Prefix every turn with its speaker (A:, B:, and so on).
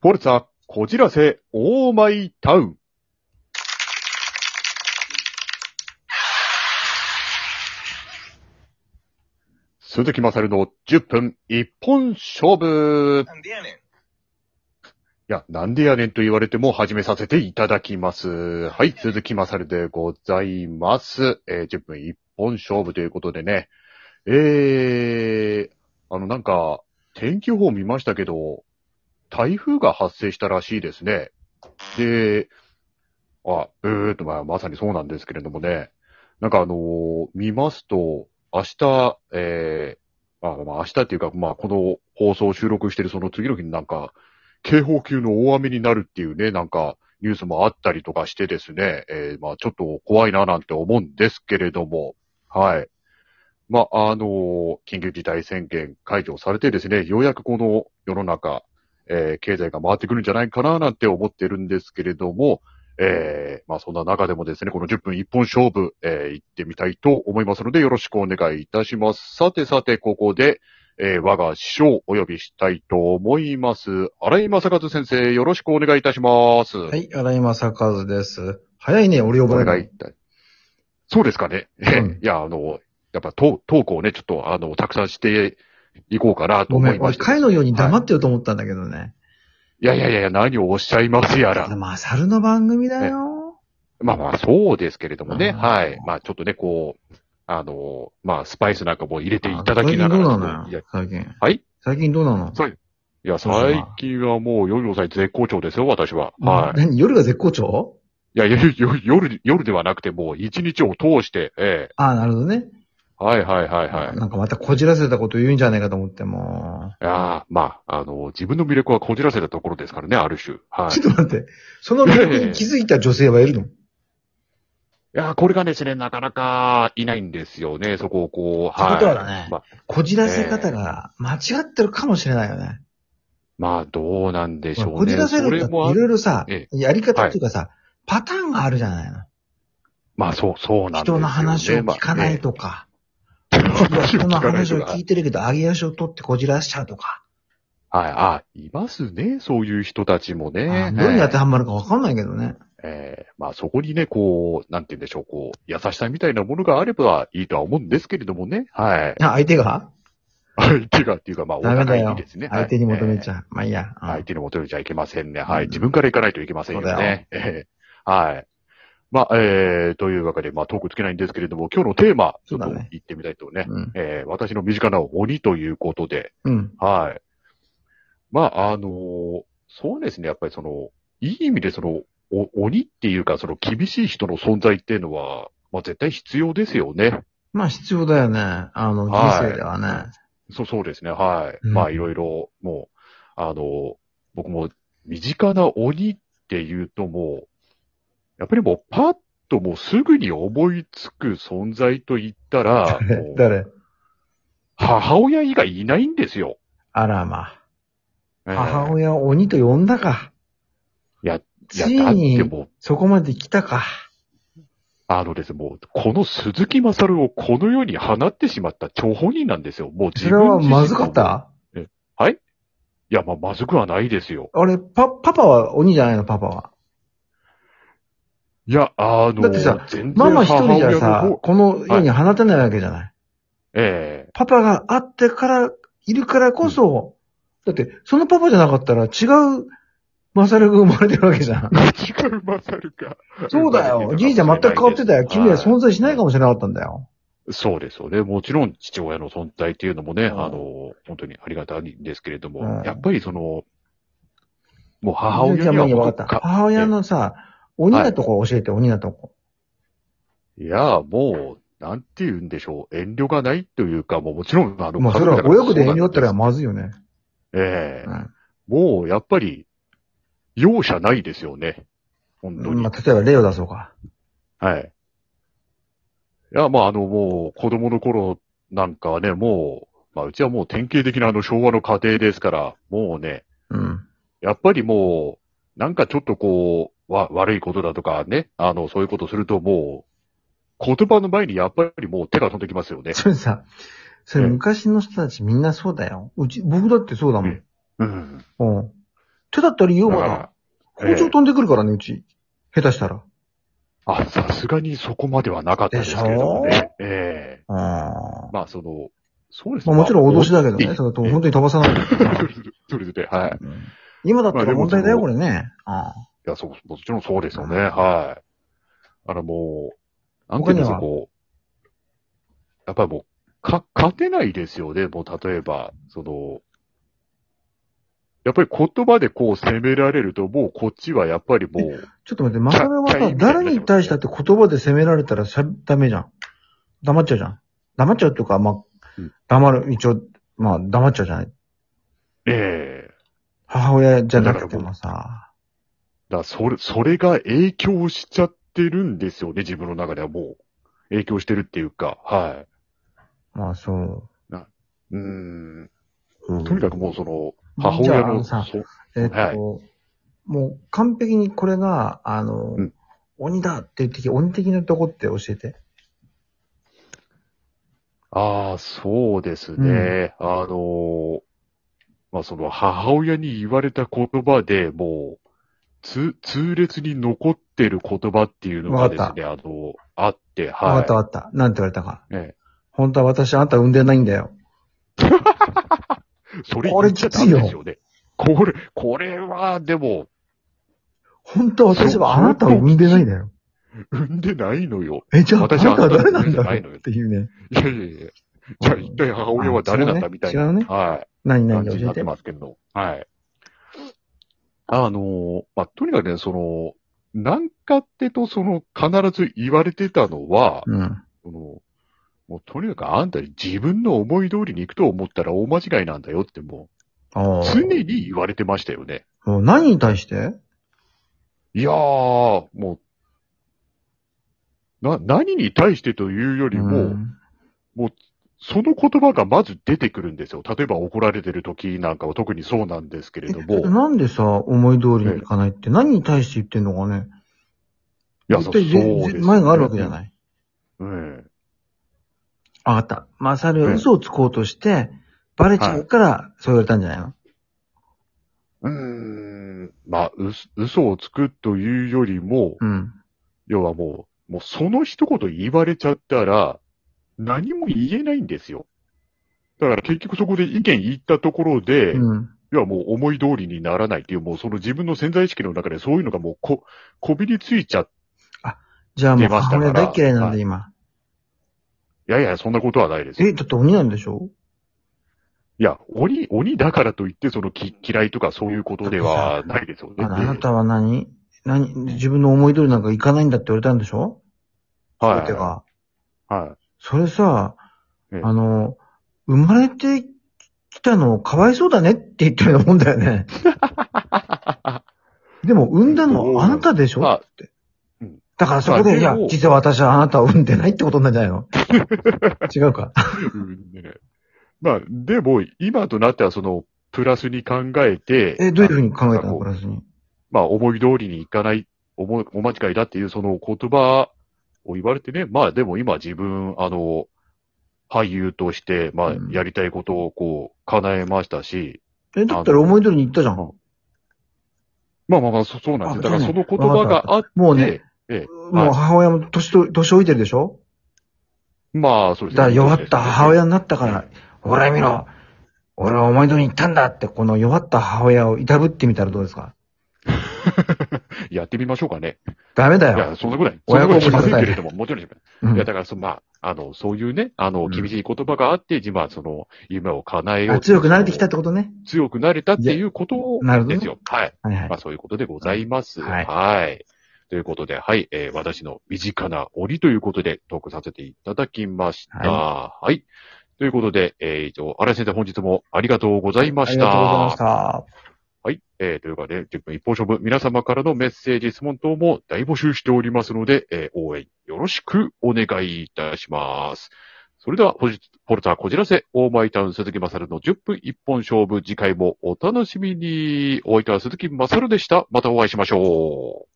A: フォルツァ、こじらせ、オーマイタウン。鈴木まさるの10分一本勝負。
B: なんでやねん。
A: いや、なんでやねんと言われても始めさせていただきます。はい、鈴木まさるでございます。えー10分一本勝負ということでね。えー、あのなんか、天気予報見ましたけど、台風が発生したらしいですね。で、あ、えーと、まあ、まさにそうなんですけれどもね。なんかあのー見ますと、明日、えー、あまあ明日っていうか、まあこの放送を収録してるその次の日になんか、警報級の大雨になるっていうね、なんか、ニュースもあったりとかしてですね、えーまあちょっと怖いななんて思うんですけれども、はい。まあ、あのー緊急事態宣言解除されてですね、ようやくこの世の中、えー経済が回ってくるんじゃないかななんて思ってるんですけれども、えーまあそんな中でもですね、この10分一本勝負、えー行ってみたいと思いますので、よろしくお願いいたします。さてさて、ここで、えー我が師匠をお呼びしたいと思います。荒井正和先生、よろしくお願いいたします。
C: は。い、荒井正和です。早いね、俺呼
A: お
C: ばれ
A: 願い
C: る
A: いたそうですかね。
C: ん
A: いや、あの、やっぱトートークをね、ちょっと、あの、たくさんしていこうかなと
C: ご
A: 思
C: め
A: い
C: ん、
A: ま
C: 俺、
A: して。
C: 回のように黙ってると思ったんだけどね。
A: いやいやいやいや、何をおっしゃいますや ら。
C: まあ、猿の番組だよ。
A: まあまあ、そうですけれどもね。
C: あー
A: はい。まあ、ちょっとね、こう、あの、まあ、スパイスなんかも入れていただ
C: 最
A: きな
C: 近ど
A: が
C: う
A: ら。
C: な
A: ちょっと
C: の
A: いや
C: よ、最近。
A: はい
C: 最近どうなの
A: そういや、
C: そうそう
A: 最近はもう、ヨヨさん絶好調ですよ、私は。はい。
C: 何夜が絶好調
A: いや、夜、夜夜、夜ではなくて、もう一日を通して、え
C: ああ、なるほどね。
A: えはいはいはいはい。
C: なんかまたこじらせたこと言うんじゃないかと思って、も
A: いやーまあ、あの、自分の魅力はこじらせたところですからね、ある種。は
C: う。
A: い。
C: ちょっと待って、その魅力に気づいた女性はいる の
A: いやーこれがですね、なかなかいないんですよね、そこをこう、
C: そういう
A: は
C: こと
A: い。
C: だね
A: まあ。
C: こじらせ方が間違ってるかもしれないよね。
A: まあ、どうなんでしょうね。
C: こじらせ
A: そ
C: る
A: れ
C: だってい
A: もあ、
C: ろいろさ
A: え、
C: やり方っていうかさ、パターンがあるじゃないの。
A: まあ、そう、そうなんですよ、
C: 人
A: ね。
C: の話を聞かないとか、人の 話を聞いてるけど、揚げ足を取ってこじらしちゃうとか、
A: まあええはい、あ、いますね、そういう人たちも
C: あ
A: ね。
C: ーどれに当て
A: え
C: はまるかわかんないけどね。
A: ええまあ、そこにね、こう、なんて言うんでしょう、こう、優しさみたいなものがあればいいとは思うんですけれどもね。 はい。
C: あ相手が
A: 相手がっていうか、まあ、お
C: ダメだ
A: 互いに
C: よ
A: ですね。。
C: 相手に求めち
A: ゃう。ええ
C: ゃう。まあいいや。うん
A: 相手に求めちゃいけませんね。は
C: う
A: い。
C: ん
A: 自分から行かないといけませんよ
C: そうだよ
A: ね。ええはい。まあ、えー、というわけで、まあ、トークつけないんですけれども、今日のテーマ、ちょっと
C: そうだね
A: 行ってみたいとね。
C: うん。
A: えー私の身近な鬼ということで、
C: うん。
A: はい。まあ、あのーそうですね。やっぱりその、いい意味でその、お鬼っていうか、その厳しい人の存在っていうのは、まあ絶対必要ですよね。
C: まあ必要だよね。あの、人
A: はい
C: 生ではね。
A: そう、そうですね。はい。
C: うん
A: まあ、いろいろ、もう、あの、僕も、身近な鬼っていうともう、やっぱりもう、パッともうすぐに思いつく存在と言った ら、もう
C: 誰
A: 母親以外いないんですよ。
C: あらまあ。母
A: ええ
C: 親を鬼と呼んだか。
A: いや、い
C: つ
A: や、
C: い
A: だって
C: に、
A: もう、
C: そこまで来たか。
A: あのですね、もう、この鈴木勝をこの世に放ってしまった張本人なんですよ。もう自
C: それ
A: 分
C: は
A: 自身の
C: まずかった
A: いや、まあ、まずくはないですよ。
C: あれ、パ、パパは鬼じゃないの、パパは。
A: いや、あの、
C: だってさ
A: 全然
C: ママ一人じゃ
A: 母親の
C: さ
A: 方、
C: この世に放てないわけじゃない。
A: ええ
C: パパがあってから、いるからこそ、だって、そのパパじゃなかったら違う、マサルが生まれてるわけじゃん。
A: 違うマサルか。
C: そう だよ。じいちゃん全く変わってたよ。君は存在しないかもしれなかったんだよ。
A: そうですよね。もちろん父親の存在っていうのもね、
C: うん
A: あの、本当にありがたいんですけれども、
C: うん
A: やっぱりその、もう母親に
C: じゃあ
A: は
C: もう分かった。母親のさ、鬼なとこ教えて、鬼なとこ。
A: いや、もう、なんて言うんでしょう。遠慮がないというか、もうもちろん、あの、
C: まあそれは
A: 家
C: お
A: 族
C: くで
A: だ
C: 遠
A: から
C: 慮だったら
A: そうなんです
C: まずいよね。
A: ええ
C: うん
A: もう、やっぱり、容赦ないですよね。本当に。
C: まあ例えば例を出そうか。
A: はい。いや、まあ、あの、もう、子供の頃なんかはね、もう、まあ、うちはもう典型的なあの昭和の家庭ですから、もうね、
C: うん。
A: やっぱりもう、なんかちょっとこう、わ、悪いことだとかね、あの、そういうことするともう、言葉の前にやっぱりもう手が飛んできますよね。
C: それさ、それ昔の人たちみんなそうだよ。うち、僕だってそうだもん。
A: うん。
C: うん。手だったら言う
A: だ
C: わ
A: か
C: な。
A: らえ
C: 包丁飛んでくるからね、うち。下手したら。
A: あ、さすがにそこまではなかったですけれども
C: でし
A: ね。ええ
C: ああ。
A: まあ、その、そうです
C: まあもちろん脅しだけど
A: い
C: ね。
A: い
C: それと本当に飛ばさないと
A: それでそれで、はい。
C: うん今だったら問題だよ、
A: ま
C: これね。あ
A: いや、そう、もちろんそうですよね。はい。あの、もう、なんて
C: 他
A: いうん
C: に
A: で
C: は
A: すか、こう、やっぱりもう、か、勝てないですよね。もう、例えば、その、やっぱり言葉でこう攻められると、もうこっちはやっぱり もう、
C: ちょっと待って、マサルは
A: ちゃ
C: さ、
A: ちゃ
C: 誰に対したって言葉で責められたらしゃダメじゃん。黙っちゃうじゃん。黙っちゃうっていうか、まあ
A: うん、
C: 黙る、一応、まあ、黙っちゃうじゃない。
A: ええ
C: 母親じゃな
A: だ
C: くて
A: からも
C: もさ。
A: だからそれ、それが影響しちゃってるんですよね。自分の中ではもう。影響してるっていうか、は
C: まあ、そう。
A: い。うーん。
C: うん
A: とにかくもうその、母親の、
C: じゃああのさ
A: そう
C: えっと、
A: はい
C: もう完璧にこれが、あの、
A: うん
C: 鬼だっていう時、鬼的なとこって教えて。
A: ああ、そうですね。あのーまあ、その母親に言われた言葉でもう、つ、痛烈に残ってる言葉っていうのがですね、あの、あって、はい。
C: わかったわかった。なんて言われたか。
A: え
C: 本当は私あんた産んでないんだよ。
A: えそれ言っちゃダメですよね。これ、これは、でも、
C: 本当は私はあなたを産んでないんだよ。
A: 産んでないのよ。
C: え、じゃあ、あな
A: 私は
C: たは誰な
A: あんたの産
C: んだ
A: んでないの
C: ろ
A: よ
C: うっていうね。
A: いやいやいや。じゃあ一体母親は誰なんだみたいな。
C: 違うね違うね
A: はい。
C: 何々
A: 感
C: 教
A: じに
C: え
A: なって
C: て。
A: ますけど。はい。あのーまあ、とにかくね、その、なんかってと、その、必ず言われてたのは、
C: うん。
A: その、もうとにかくあんた自分の思い通りに行くと思ったら大間違いなんだよっても
C: あ
A: う、
C: あ
A: 常に言われてましたよね。
C: もう何に対して
A: いやー、もう、な、何に対してというよりも、
C: うん
A: その言葉がまず出てくるんですよ。例えば怒られてる時なんかは特にそうなんですけれど
C: え
A: も。
C: なんでさ、思い通りにいかないって何に対して言ってんのかね。
A: いや、そ
C: 絶
A: うで
C: 対
A: す
C: ぜ
A: よ
C: ぜ前があるわけじゃ
A: い。
C: ない。
A: うん。
C: あわかった。マサル
A: ええ
C: は嘘をつこうとして、バレちゃうから、そう言われたんじゃないの、
A: うーん。まあ、うす嘘をつくというよりも、
C: うん。
A: 要はもう、もうその一言言われちゃったら、何も言えないんですよ。だから結局そこで意見言ったところで、
C: うん。
A: 要はもう思い通りにならないっていう、もうその自分の潜在意識の中でそういうのがもうこ、こびりついちゃっ
C: じゃあも
A: 出
C: う
A: ましたか
C: 母
A: ら
C: 親大嫌いなん
A: は
C: だ、今。
A: いやいや、そんなことはないですよ。
C: え、だって鬼なんでしょ
A: いや、鬼、鬼だからといって、そのき嫌いとかそういうことではないですよ
C: あ
A: ね。
C: のあなたは何何自分の思い通りなんかいかないんだって言われたんでしょ
A: はい
C: てか、
A: は
C: それさ、
A: ええ
C: あの、生まれてきたのかわいそうだねって言ってるようなもんだよ ね。でも産んだのはあなたでし
A: い。
C: ょ、
A: まあ、
C: だからそこ
A: まあ
C: で、いや
A: でも、
C: 実は私はあなたを産んでないってことなんじゃないの違 うか。
A: うんねまあ、でも、今となってはその、プラスに考えて、
C: え、どういうふうに考えた
A: あ
C: の
A: こ
C: プラスに。
A: まあ、思い通りにいかない、思い、お間違いだっていうその言葉を言われてね、まあ、でも今自分、あの、俳優として、まあ
C: う、ん
A: やりたいことをこう、叶えましたし、
C: え、だったら思い通りに言ったじゃ
A: あの
C: ん。
A: まあまあまあ、そそうなんですよ。だ
C: あ
A: から
C: じゃ
A: そ
C: あね
A: の言葉があって、
C: もうね、
A: はい
C: もう母親も年と、年老いてるでしょ
A: まあ、そうです
C: だから弱った母親になった
A: だ
C: から、ほら見ろ俺は思い通りに言ったんだって、この弱った母親をいたぶってみたらどうですか
A: やってみましょうかね。
C: ダメだ
A: いや、
C: よ。
A: そんなことない。そん
C: 親
A: なこ
C: 孝
A: とし
C: 行
A: ません
C: しなさ
A: け
C: い
A: れども、もちろんしません。
C: うん
A: いや、だから、そのまあ、あの、そういうね、あの、
C: うん
A: 厳しい言葉があって、今、その、夢を叶えよう
C: あ強くなれてきたってことね。
A: 強くなれたっていうことを
C: いやなるほどね
A: ですよ。はい。
C: はいはい
A: まあ、。そういうことでございます。は。
C: はいい
A: ということで、はい、えー私の身近な折ということで、トークさせていただきました。はい。ということで、えー、以上、荒井先生、本日もありがとうございま
C: あ
A: し
C: り
A: た。
C: がとうございました。
A: はい。えー、というかね、10分一本勝負、皆様からのメッセージ、質問等も大募集しておりますので、えー応援よろしくお願いいたします。それでは、本日、ポルターこじらせ、オーマイタウン鈴木まさるの10分一本勝負、次回もお楽しみに。お相手は鈴木まさるでした。またお会いしましょう。